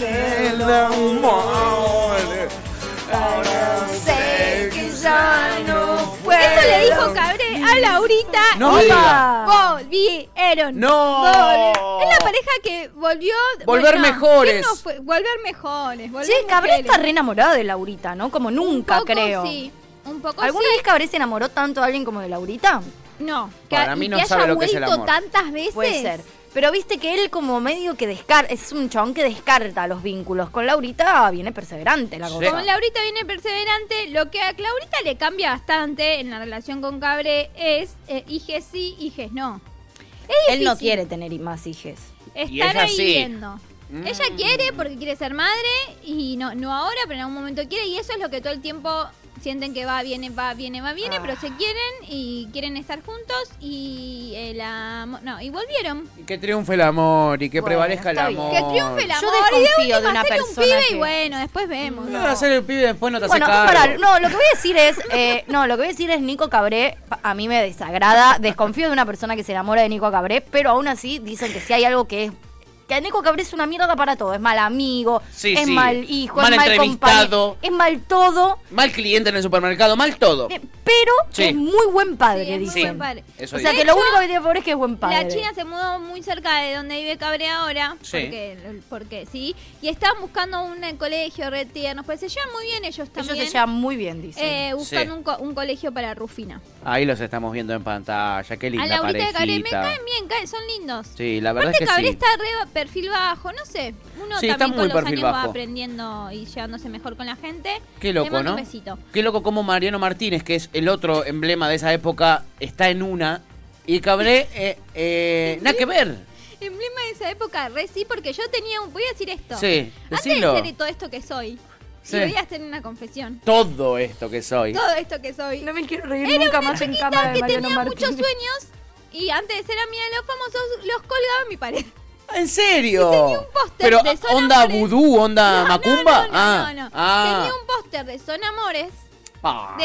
S4: sé que ya no puedo.
S3: Eso le dijo Cabré a Laurita.
S2: No
S3: y
S2: me
S4: digas.
S3: Volvieron.
S2: No.
S3: Vol- Es la pareja que volvió.
S2: Volver
S3: bueno,
S2: mejores.
S3: ¿quién no fue? Volver mejores. Volver
S4: Che, Cabré
S3: mujeres.
S4: está re enamorado de Laurita, ¿no? Como nunca,
S3: Un poco
S4: creo.
S3: Sí. Un poco
S4: ¿Alguna
S3: sí.
S4: vez Cabré se enamoró tanto de alguien como de Laurita?
S3: No.
S2: Para
S3: y
S2: mí no
S3: que
S2: sabe
S3: haya
S2: lo que es el
S3: vuelto
S2: amor.
S3: tantas veces.
S4: Puede ser. Pero viste que él como medio que descarta, es un chabón que descarta los vínculos. Con Laurita viene perseverante la
S2: Sí.
S4: cosa.
S3: Con Laurita viene perseverante. Lo que a Laurita le cambia bastante en la relación con Cabré es eh, hijes sí, hijes no. Es
S4: Él no
S3: difícil.
S4: quiere tener i- más hijes.
S2: Y
S3: Están
S2: ella
S3: ahí
S2: sí.
S3: viendo. Ella quiere porque quiere ser madre y no, no ahora, pero en algún momento quiere y eso es lo que todo el tiempo sienten que va, viene, va, viene, va, viene, pero se quieren y quieren estar juntos y el amo- no, y volvieron.
S2: Y Que triunfe el amor y que
S4: Bueno,
S2: prevalezca el
S4: está bien.
S2: amor.
S3: Que triunfe el
S4: Yo
S3: amor y de
S4: desconfío de
S3: última
S4: una
S3: hacerle un
S4: persona
S3: pibe y
S4: que-
S3: bueno, después vemos.
S2: No vas a hacer el pibe después no te hace
S4: Bueno,
S2: cargo.
S4: pará, no, lo que voy a decir es, eh, no, lo que voy a decir es Nico Cabré, pa- a mí me desagrada, desconfío de una persona que se enamora de Nico Cabré, pero aún así dicen que si hay algo que es, que Nico Cabré es una mierda para todo, es mal amigo,
S2: Sí,
S4: es
S2: sí.
S4: mal hijo,
S2: Mal
S4: es mal
S2: entrevistado.
S4: compañero, es mal todo,
S2: Mal cliente en el supermercado, mal todo.
S4: eh, pero
S2: Sí.
S4: es muy buen padre,
S3: Sí, es muy
S4: dicen.
S3: buen padre.
S2: Eso
S4: O sea
S2: dice.
S4: que lo único que tiene pobre es que es buen padre.
S3: La China se mudó muy cerca de donde vive Cabré ahora,
S2: Sí.
S3: porque, porque sí, y estaban buscando un eh, colegio, red tiernos, pues se llevan muy bien ellos también.
S4: Ellos se llevan muy bien, dicen.
S3: eh, buscando
S2: Sí.
S3: un, co- un colegio para Rufina.
S2: Ahí los estamos viendo en pantalla. Qué
S3: A
S2: linda
S3: Laurita de Cabré me
S2: parejita.
S3: caen bien, caen- son lindos.
S2: Sí, la verdad
S3: Aparte
S2: es que
S3: Cabré
S2: sí.
S3: está re perfil bajo, no sé. Uno
S2: Sí,
S3: también
S2: está muy
S3: con los
S2: perfil
S3: años
S2: bajo.
S3: va aprendiendo y llevándose mejor con la gente.
S2: Qué
S3: Le
S2: loco,
S3: mando
S2: ¿no?
S3: Un besito.
S2: Qué loco como Mariano Martínez, que es el otro emblema de esa época, está en una. Y Cabré, eh, eh, nada que ver.
S3: Emblema de esa época, re sí, porque yo tenía un... Voy a decir esto.
S2: Sí,
S3: Antes
S2: decilo.
S3: de ser todo esto que soy,
S2: Sí.
S3: y voy a hacer una confesión.
S2: Todo esto que soy.
S3: Todo esto que soy.
S4: No me quiero reír
S3: Era
S4: nunca
S3: una
S4: más en
S3: chiquita
S4: cámara de
S3: que
S4: Mariano
S3: tenía
S4: Martínez.
S3: muchos sueños y antes de ser amiga de los famosos los colgaba en mi pared.
S2: ¿En serio?
S3: un póster
S2: Pero
S3: de Son
S2: onda
S3: Amores.
S2: vudú, onda
S3: No, no,
S2: macumba.
S3: No, no,
S2: ah,
S3: no, no.
S2: ah.
S3: Tenía un póster de Son Amores
S2: Ah,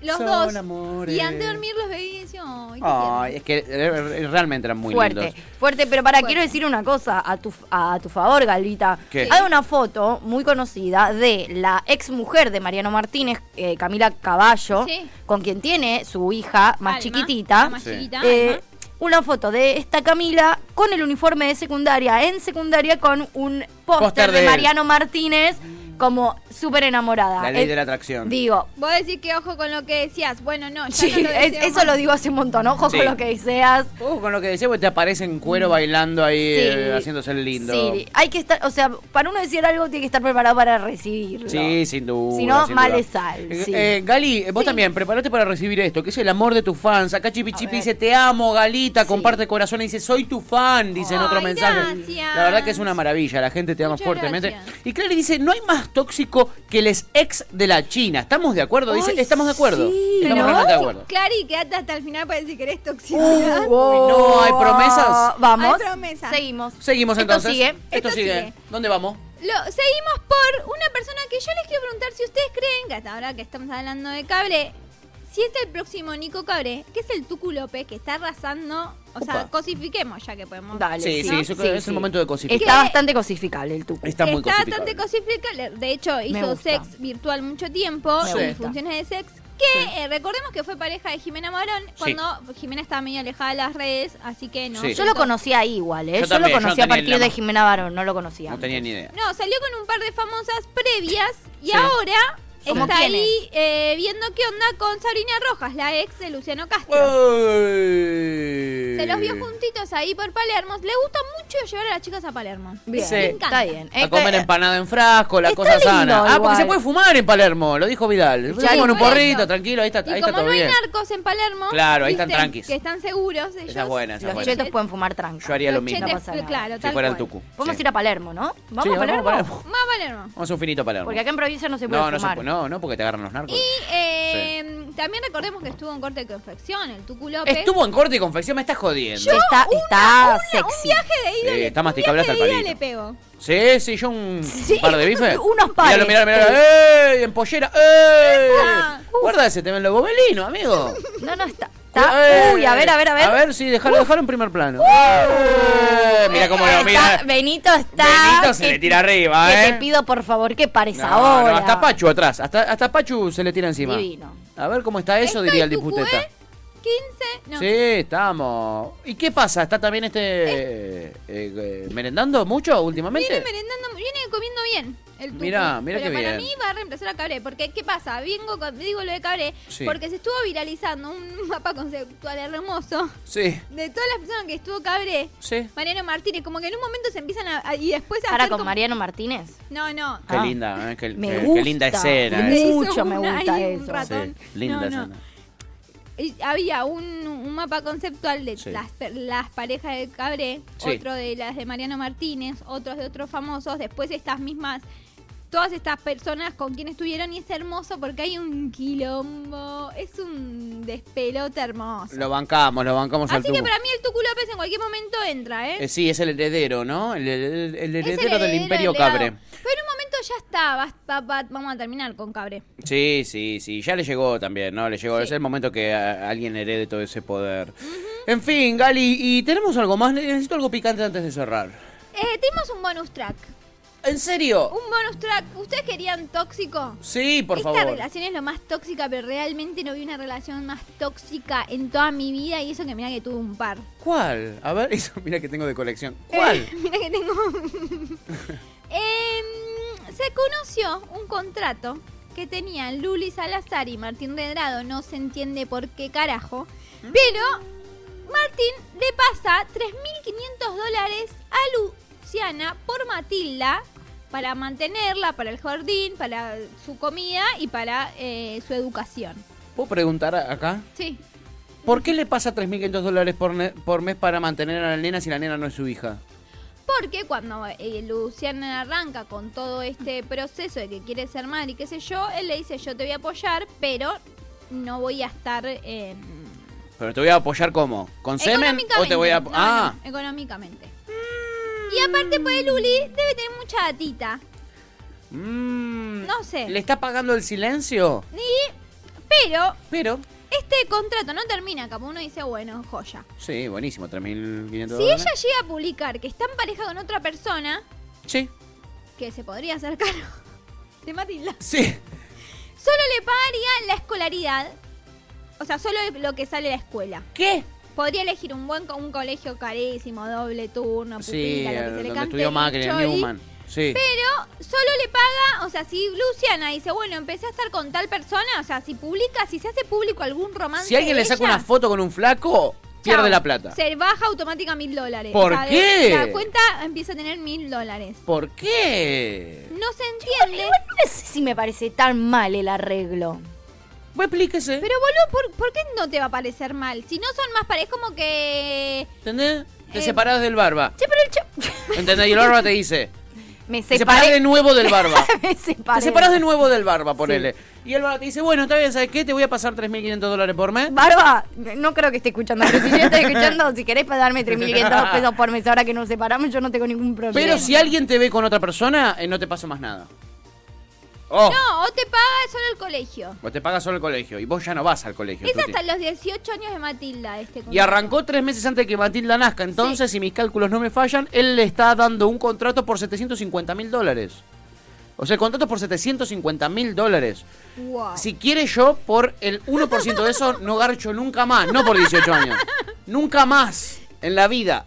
S3: de los
S2: son
S3: dos.
S2: amores.
S3: Y antes de dormir los veía y decía, ay, qué
S2: Ay,
S3: tierno".
S2: es que eh, eh, realmente eran muy
S4: fuerte,
S2: lindos.
S4: fuerte, pero para,
S3: Fuerte.
S4: quiero decir una cosa a tu, a tu favor, Galvita.
S2: ¿Qué?
S4: Hay una foto muy conocida de la ex mujer de Mariano Martínez, eh, Camila Caballo,
S3: Sí.
S4: con quien tiene su hija más
S3: Alma,
S4: chiquitita.
S3: la Más
S2: Sí.
S3: chiquita.
S4: Eh,
S3: Alma.
S4: una foto de esta Camila con el uniforme de secundaria en secundaria con un póster
S2: Póster
S4: de,
S2: de él.
S4: Mariano Martínez como súper enamorada.
S2: La ley
S4: Eh,
S2: de la atracción.
S4: Digo,
S3: Vos decís que ojo con lo que decías. Bueno, no, ya
S4: sí,
S3: no lo
S4: es-
S3: deseo
S4: eso
S3: más.
S4: lo digo hace un montón, ojo
S2: Sí.
S4: con lo que deseas.
S2: Ojo Uh, con lo que decía, porque te aparece en cuero
S3: Mm.
S2: bailando ahí, eh,
S4: Sí.
S2: haciéndose el lindo.
S4: Sí, hay que estar, o sea, para uno decir algo tiene que estar preparado para recibirlo.
S2: Sí, sin duda.
S4: Si no,
S2: sin
S4: mal
S2: duda.
S4: es sal.
S2: Eh,
S4: sí.
S2: eh, Gali, vos también, prepárate para recibir esto, que es el amor de tus fans. Acá Chipi Chipi dice, te amo, Galita, comparte corazón. Y dice, soy tu fan, dice en otro
S3: Ay,
S2: mensaje.
S3: gracias.
S2: La verdad que es una maravilla, la gente te ama
S3: Muchas
S2: fuertemente.
S3: gracias.
S2: Y Clary dice, no hay más tóxico que el ex de la China. ¿Estamos de acuerdo? Dice,
S4: Ay,
S2: estamos de acuerdo.
S4: sí,
S2: estamos
S4: ¿no?
S2: realmente de acuerdo.
S3: Clary, quédate hasta el final para decir que eres toxicidad.
S4: Uh.
S2: no, ¿hay promesas?
S4: Vamos.
S3: Hay promesas.
S4: Seguimos.
S2: Seguimos
S4: Esto
S2: entonces.
S4: sigue.
S2: Esto,
S3: Esto
S2: sigue.
S3: sigue.
S2: ¿Dónde vamos?
S3: Lo, seguimos por una persona que yo les quiero preguntar si ustedes creen, que hasta ahora que estamos hablando de cable, si es el próximo Nico Cabre, que es el Tucu López, que está arrasando, o sea,
S2: Upa.
S3: cosifiquemos ya que podemos.
S4: Dale.
S2: Sí, sí, Este, yo creo que es el momento de cosificar.
S4: Está
S3: ¿Qué?
S4: bastante cosificable el tuco.
S2: Está muy
S3: está
S2: cosificado.
S3: bastante cosificable, de hecho hizo
S4: gusta.
S3: sex virtual mucho tiempo,
S4: Me
S3: y
S4: gusta.
S3: funciones de sex, que eh, recordemos que fue pareja de Jimena Morón cuando Jimena estaba medio alejada de las redes, así que no.
S2: Sí.
S4: Yo lo conocí ahí igual, ¿eh?
S2: Yo
S4: Yo,
S2: también, yo
S4: lo
S2: no
S4: conocí
S2: tenía
S4: a partir
S2: la-
S4: de Jimena Barón, no lo conocía.
S2: No tenía ni idea.
S3: No, salió con un par de famosas previas y
S2: Sí.
S3: ahora
S4: ¿Cómo
S3: está
S4: quiénes?
S3: ahí eh, viendo qué onda con Sabrina Rojas, la ex de Luciano Castro. Se
S2: Se
S3: los vio juntitos ahí por Palermo. Le gusta mucho llevar a las chicas a Palermo.
S4: Bien,
S2: Sí.
S4: está bien.
S2: A
S4: Este-
S2: comer empanada en frasco, la
S4: Está
S2: cosa
S4: lindo
S2: sana. Ah, porque
S4: igual.
S2: se puede fumar en Palermo, lo dijo Vidal.
S4: Ya,
S2: con un
S3: por
S2: porrito,
S3: eso.
S2: tranquilo, ahí está,
S3: Y
S2: ahí está
S3: como
S2: todo
S3: no hay
S2: bien.
S3: narcos en Palermo,
S2: Claro, ahí están
S3: viste,
S2: tranquis.
S3: Que están seguros ellos.
S2: Esa es buena, esa es
S4: Los
S2: buena.
S4: chetos pueden fumar tranca.
S2: Yo haría lo
S3: Los
S2: mismo.
S3: chetes,
S4: No pasa nada.
S3: eh, claro,
S2: Si
S3: tal
S2: fuera el
S3: cual.
S2: tucu.
S4: Podemos
S2: Sí.
S4: ir a Palermo, ¿no? ¿Vamos
S2: Sí,
S4: a Palermo?
S3: Más Palermo.
S2: Vamos a un finito a Palermo.
S4: Porque acá en provincia no se puede
S2: no, no, se
S4: fumar.
S2: puede- no, no, porque te agarran los narcos.
S3: Y eh, también recordemos que estuvo en corte de confección el Tucu López.
S2: Estuvo en corte y confección, me estás jodiendo.
S4: Yo- Está- está
S3: una- Un
S4: sexy.
S3: viaje de ida,
S2: Sí,
S3: le-
S2: está
S3: un
S2: masticable
S3: viaje
S2: hasta el
S3: de ida
S2: palito.
S3: le pego.
S2: Sí, sí, yo un
S4: Sí,
S2: par de bifes.
S4: unos pares.
S2: Miralo, miralo, miralo. ¡Ey! En pollera. ¡Ey!
S3: Esa.
S2: Guarda ese tema en los gobelinos, amigo.
S4: No, no, está. está-
S2: Eh,
S4: Uy, a ver, a ver, a ver.
S2: A ver, sí, déjalo, déjalo en primer plano. Eh, mira cómo lo
S4: Está-
S2: mira.
S4: Benito está.
S2: Benito se
S4: que-
S2: le tira arriba,
S4: que
S2: ¿eh?
S4: Te pido por favor que pares
S2: No, no,
S4: ahora.
S2: hasta Pachu atrás, hasta, hasta Pachu se le tira encima.
S4: Divino.
S2: A ver cómo está eso,
S3: Estoy
S2: diría el
S3: Tucu,
S2: diputeta.
S3: ¿eh? 15, no.
S2: Sí, estamos. ¿Y qué pasa? ¿Está también este eh, eh, merendando mucho
S3: Viene
S2: últimamente?
S3: merendando, viene comiendo bien el tucu.
S2: Mirá, mirá
S3: Pero
S2: qué
S3: para
S2: bien.
S3: mí va a reemplazar a Cabré, porque ¿qué pasa? Vengo con- digo lo de Cabré,
S2: Sí.
S3: porque se estuvo viralizando un mapa conceptual hermoso
S2: Sí,
S3: de todas las personas que estuvo Cabré.
S2: sí.
S3: Mariano Martínez, como que en un momento se empiezan a, a- y después a
S4: Ahora
S3: hacer
S4: con
S3: como-
S4: Mariano Martínez.
S3: No, no.
S2: Qué
S4: Ah.
S2: linda, eh, qué,
S4: Me
S2: qué- qué
S4: gusta.
S2: linda escena.
S4: Me
S2: eh.
S3: hizo
S4: Mucho me
S3: una
S4: gusta
S3: ahí, un
S4: eso.
S3: ratón.
S2: Sí, linda
S3: No, no.
S2: escena.
S3: Y había un, un mapa conceptual de
S2: Sí.
S3: las, per- las parejas de Cabré,
S2: Sí.
S3: otro de las de Mariano Martínez, otros de otros famosos, después estas mismas, todas estas personas con quienes estuvieron y es hermoso porque hay un quilombo, es un despelote hermoso.
S2: Lo bancamos, lo bancamos al
S3: Así que
S2: tubo.
S3: para mí el Tucu López en cualquier momento entra, ¿eh?
S2: Eh, sí, es el heredero, ¿no? El, el- el
S3: Es el
S2: heredero del Imperio
S3: heredero.
S2: Cabre.
S3: Pero en un momento ya está, vas- va- va- vamos a terminar con Cabre.
S2: Sí, sí, sí, ya le llegó también, ¿no? Le llegó,
S3: Sí.
S2: es el momento que a- alguien herede todo ese poder. En fin, Gali, ¿y tenemos algo más? Necesito algo picante antes de cerrar.
S3: Eh, tenemos un bonus track.
S2: ¿En serio?
S3: Un bonus track. ¿Ustedes querían tóxico?
S2: Sí, por
S3: Esta
S2: favor.
S3: relación es lo más tóxica, pero realmente no vi una relación más tóxica en toda mi vida y eso que mira que tuve un par.
S2: ¿Cuál? A ver, eso mira que tengo de
S3: Eh.
S2: colección. ¿Cuál?
S3: Mira que tengo... Em, se conoció un contrato que tenían Luli Salazar y Martín Redrado, no se entiende por qué carajo,
S2: ¿Mm?
S3: pero Martín le pasa 3.500 dólares a Luciana por Matilda para mantenerla, para el jardín, para su comida y para eh, su educación.
S2: ¿Puedo preguntar a- acá?
S3: Sí.
S2: ¿Por qué le pasa 3.500 dólares por, ne- por mes para mantener a la nena si la nena no es su hija?
S3: Porque cuando eh, Luciana arranca con todo este proceso de que quiere ser madre y qué sé yo, él le dice yo te voy a apoyar, pero no voy a estar eh, en...
S2: Pero te voy a apoyar cómo? ¿Con semen o te voy a...
S3: No,
S2: ah,
S3: no, económicamente. Y aparte, pues Luli debe tener mucha datita.
S2: mm,
S3: No sé.
S2: ¿Le está pagando el silencio?
S3: Pero
S2: Pero,
S3: este contrato no termina, como uno dice, bueno, joya.
S2: sí, buenísimo, 3.500
S3: Si
S2: dólares.
S3: ella llega a publicar que está en pareja con otra persona,
S2: Sí,
S3: que se podría acercar de Matilda.
S2: sí.
S3: Solo le pagaría la escolaridad. O sea, solo lo que sale de la escuela.
S2: ¿Qué?
S3: Podría elegir un buen co- un colegio carísimo, doble turno, pupila,
S2: Sí,
S3: lo que se le
S2: donde
S3: cante
S2: estudió
S3: el
S2: Macri en
S3: chori,
S2: Newman. Sí.
S3: Pero solo le paga, o sea, si Luciana dice, bueno, empecé a estar con tal persona, o sea, si publica, si se hace público algún romance.
S2: Si alguien
S3: de
S2: le saca
S3: ella,
S2: una foto con un flaco, pierde
S3: chao,
S2: la plata.
S3: Se baja automáticamente mil dólares.
S2: ¿Por
S3: O sea, de-
S2: qué?
S3: la cuenta empieza a tener mil dólares.
S2: ¿Por qué?
S3: No se entiende.
S4: Igual no sé si me parece tan mal el arreglo.
S2: Pues explíquese.
S3: Pero boludo, ¿por, por qué no te va a parecer mal? Si no son más pares, como que...
S2: ¿Entendés? Te
S3: Eh,
S2: separás del barba.
S4: Che, pero el che...
S2: ¿Entendés? Y el barba te dice.
S4: Me
S2: Te separás de
S4: separé.
S2: nuevo del barba. Te
S4: me separé.
S2: separás de nuevo del barba, ponele. Y el barba te dice, bueno, está bien, ¿sabes qué? Te voy a pasar 3.500 dólares por mes.
S4: Barba, no creo que esté escuchando, pero si yo estoy escuchando, si querés pagarme 3.500 pesos por mes ahora que nos separamos, yo no tengo ningún problema.
S2: Pero si alguien te ve con otra persona, eh, no te paso más nada. Oh,
S3: No, o te paga solo el colegio.
S2: o te pagas solo el colegio y vos ya no vas al colegio.
S3: Es
S2: Tuti.
S3: hasta los 18 años de Matilda este
S2: Y
S3: contrato.
S2: arrancó tres meses antes de que Matilda nazca. Entonces, si mis cálculos no me fallan, él le está dando un contrato por 750 mil dólares. O sea, el contrato por 750 mil dólares.
S3: Wow.
S2: Si quiere yo, por el 1% de eso, no garcho nunca más. No por 18 años. Nunca más en la vida.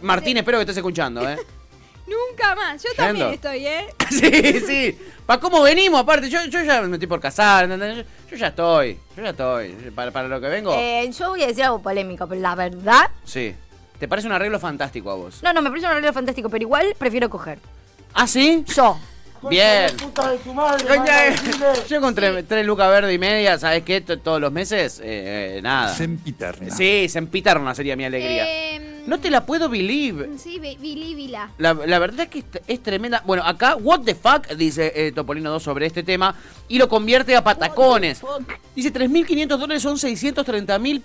S2: Martín, espero que estés escuchando, ¿eh?
S3: Nunca más. Yo
S2: Yendo.
S3: también estoy, ¿eh?
S2: Sí, sí. ¿Para cómo venimos? Aparte, yo, yo ya me metí por casar. ¿entendés? Yo, yo ya estoy. Yo ya estoy. Para, para lo que vengo.
S4: Eh, yo voy a decir algo polémico, pero la verdad...
S2: Sí. ¿Te parece un arreglo fantástico a vos?
S4: No, no, me parece un arreglo fantástico, pero igual prefiero coger.
S2: ¿Ah, sí?
S4: Yo.
S2: Bien. eh.
S5: Puta de su madre,
S2: Yo,
S5: manda a decirle.
S2: ya- yo con tres, tres lucas verde y media, ¿sabes qué? T- Todos los meses, eh, eh, nada.
S6: Sempiterna.
S2: Sí, sempiterna sería mi alegría.
S3: Eh,
S2: No te la puedo believe.
S3: Sí, Bi- Billy Vila.
S2: La, la verdad es que es, es tremenda. Bueno, acá, what the fuck, dice eh, Topolino 2 sobre este tema, y lo convierte a patacones. Dice, 3.500 dólares son 630.000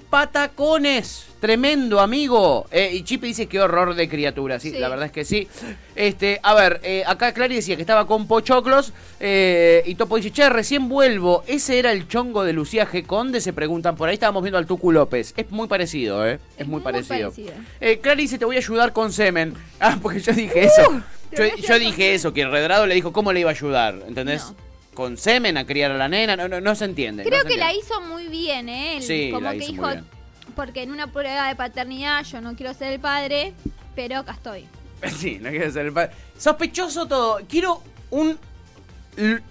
S2: patacones. Tremendo, amigo. Eh, y Chipi dice, qué horror de criatura. Sí,
S3: Sí.
S2: la verdad es que sí. Este, a ver, eh, acá Clary decía que estaba con Pochoclos, eh, y Topo dice, che, recién vuelvo. Ese era el chongo de Lucía G. Conde, se preguntan por ahí. Estábamos viendo al Tucu López. Es muy parecido, ¿eh? Es,
S3: Es
S2: muy
S3: muy
S2: parecido.
S3: parecido.
S2: Eh, Clary dice, te voy a ayudar con semen. Ah, porque yo dije eso. Yo,
S3: Uh, voy a ayudar
S2: yo
S3: con
S2: dije eso, que el Redrado le dijo cómo le iba a ayudar, ¿entendés?
S3: No.
S2: Con semen a criar a la nena, no, no, no se entiende. no
S3: Creo
S2: se
S3: que la
S2: entiende.
S3: hizo muy bien, ¿eh? Él
S2: Sí,
S3: Como
S2: la
S3: que
S2: hizo
S3: dijo,
S2: muy bien.
S3: porque en una prueba de paternidad yo no quiero ser el padre, pero acá estoy.
S2: Sí, no quiero ser el padre. Sospechoso todo. Quiero un. l-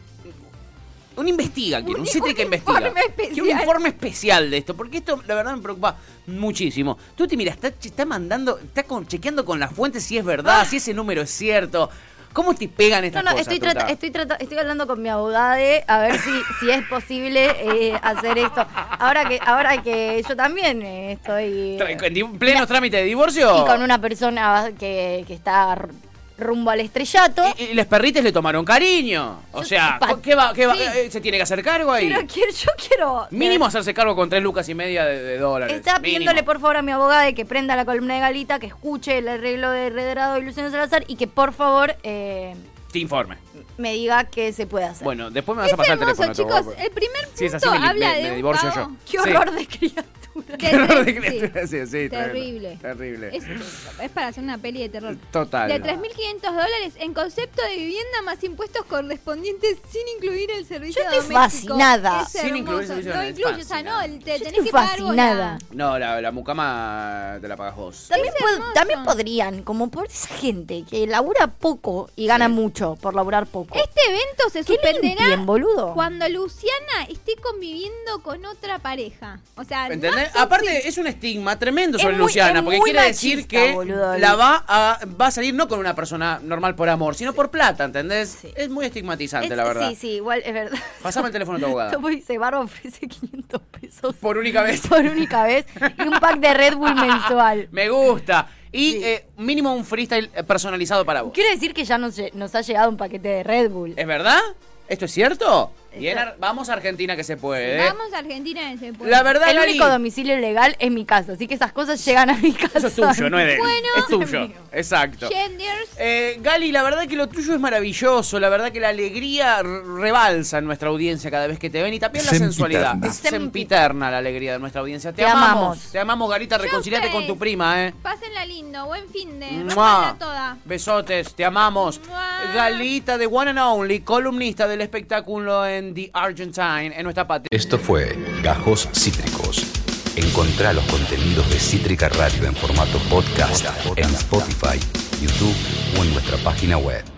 S2: Un investiga, quiero, un,
S3: Un-
S2: sitio
S3: un
S2: que investiga.
S3: informe especial.
S2: Quiero un informe especial de esto, porque esto la verdad me preocupa muchísimo. Tú te mira, está, está mandando, está con- chequeando con las fuentes si es verdad,
S3: Ah.
S2: si ese número es cierto. ¿Cómo te pegan
S4: No,
S2: estas
S4: no,
S2: cosas?
S4: estoy,
S2: Tuta?
S4: trata- estoy, trata- estoy hablando con mi abogada de a ver si, si es posible eh, hacer esto. Ahora que, ahora que yo también eh, estoy...
S2: Tra- en di- pleno trámite de divorcio.
S4: y con una persona que, que está r- rumbo al estrellato.
S2: Y, y los perrites le tomaron cariño. O sea,
S4: pa-
S2: ¿qué va, qué va-
S4: Sí.
S2: eh, se tiene que hacer cargo ahí?
S4: Pero quiero, yo quiero. eh,
S2: Mínimo hacerse cargo con tres lucas y media de, de dólares.
S4: Está
S2: mínimo.
S4: pidiéndole por favor a mi abogada de que prenda la columna de Galita, que escuche el arreglo de Redrado y Luciano Salazar y que por favor eh,
S2: Te informe.
S4: me diga qué se puede hacer.
S2: Bueno, después me vas
S3: Es
S2: a pasar
S3: hermoso,
S2: el teléfono.
S3: chicos.
S2: Tobo.
S3: El primer punto
S2: Si es así, me, me-
S3: habla
S2: me
S3: de un
S2: divorcio
S3: vago.
S2: yo.
S4: qué
S2: Sí.
S4: horror de criatura.
S2: Qué horror de
S3: Terrible,
S2: criatura. Sí, sí,
S3: Terrible.
S2: Terrible.
S3: Es, es para hacer una peli de terror.
S2: Total.
S3: De 3.500 dólares en concepto de vivienda más impuestos correspondientes sin incluir el servicio
S4: Yo estoy
S3: doméstico.
S4: fascinada.
S3: Es
S2: Sin incluir el
S3: hermoso.
S2: servicio
S3: No
S2: doméstico.
S3: incluye, o sea, no,
S2: Fascinada.
S3: el- te
S4: Yo
S3: tenés
S4: estoy
S3: que pagar vos
S4: fascinada.
S3: nada.
S2: No, la, la mucama te la pagas vos.
S4: También,
S3: Es
S4: pod-
S3: hermoso.
S4: también podrían, como por esa gente que labura poco y gana mucho por laburar poco.
S3: Este evento se
S4: ¿Qué
S3: suspenderá
S4: limpien, boludo?
S3: cuando Luciana esté conviviendo con otra pareja. O sea, no
S2: ¿Entendés? Ah,
S3: sé
S2: Aparte, es un estigma tremendo
S4: Es
S2: sobre
S4: muy-
S2: Luciana,
S4: es
S2: porque
S4: muy
S2: quiere decir
S4: machista,
S2: que
S4: boludo.
S2: la va a, va a salir no con una persona normal por amor, sino por plata, ¿entendés? Es muy estigmatizante,
S4: Es-
S2: la verdad.
S4: Sí, sí, igual es verdad.
S2: Pasame el teléfono de tu abogada.
S4: Topo dice, Barba ofrece 500 pesos.
S2: Por única vez.
S4: Por única vez. Y un pack de Red Bull mensual.
S2: Me gusta. Y eh, mínimo un freestyle eh, personalizado para vos.
S4: Quiero decir que ya nos, lle- nos ha llegado un paquete de Red Bull.
S2: ¿Es verdad? ¿Esto es cierto? Bien, Ar- vamos a Argentina que se puede. ¿eh?
S3: Vamos a Argentina en ese pueblo.
S2: La verdad,
S4: El
S2: Lali,
S4: único domicilio legal es mi casa, así que esas cosas llegan a mi casa.
S2: Eso es tuyo, no es de él.
S3: Bueno.
S2: es tuyo.
S4: Mío.
S2: Exacto.
S3: Genders.
S2: Eh, Gali, la verdad que lo tuyo es maravilloso, la verdad que la alegría r- rebalsa en nuestra audiencia cada vez que te ven y también la
S6: Sempiterna.
S2: sensualidad. Es
S4: Es sempiterna.
S2: sempiterna la alegría de nuestra audiencia. Te,
S4: Te
S2: amamos.
S4: amamos.
S2: Te amamos, Galita, reconciliate con tu prima, eh.
S3: Pásenla lindo, buen fin de.
S2: ¡Mua!
S3: Rompanla toda.
S2: Besotes, te amamos.
S3: ¡Mua!
S2: Galita de One and Only, columnista del espectáculo en The Argentine, en nuestra patria.
S1: Esto fue Gajos Cítricos. Encontrá los contenidos de Cítrica Radio en formato podcast en Spotify, YouTube o en nuestra página web.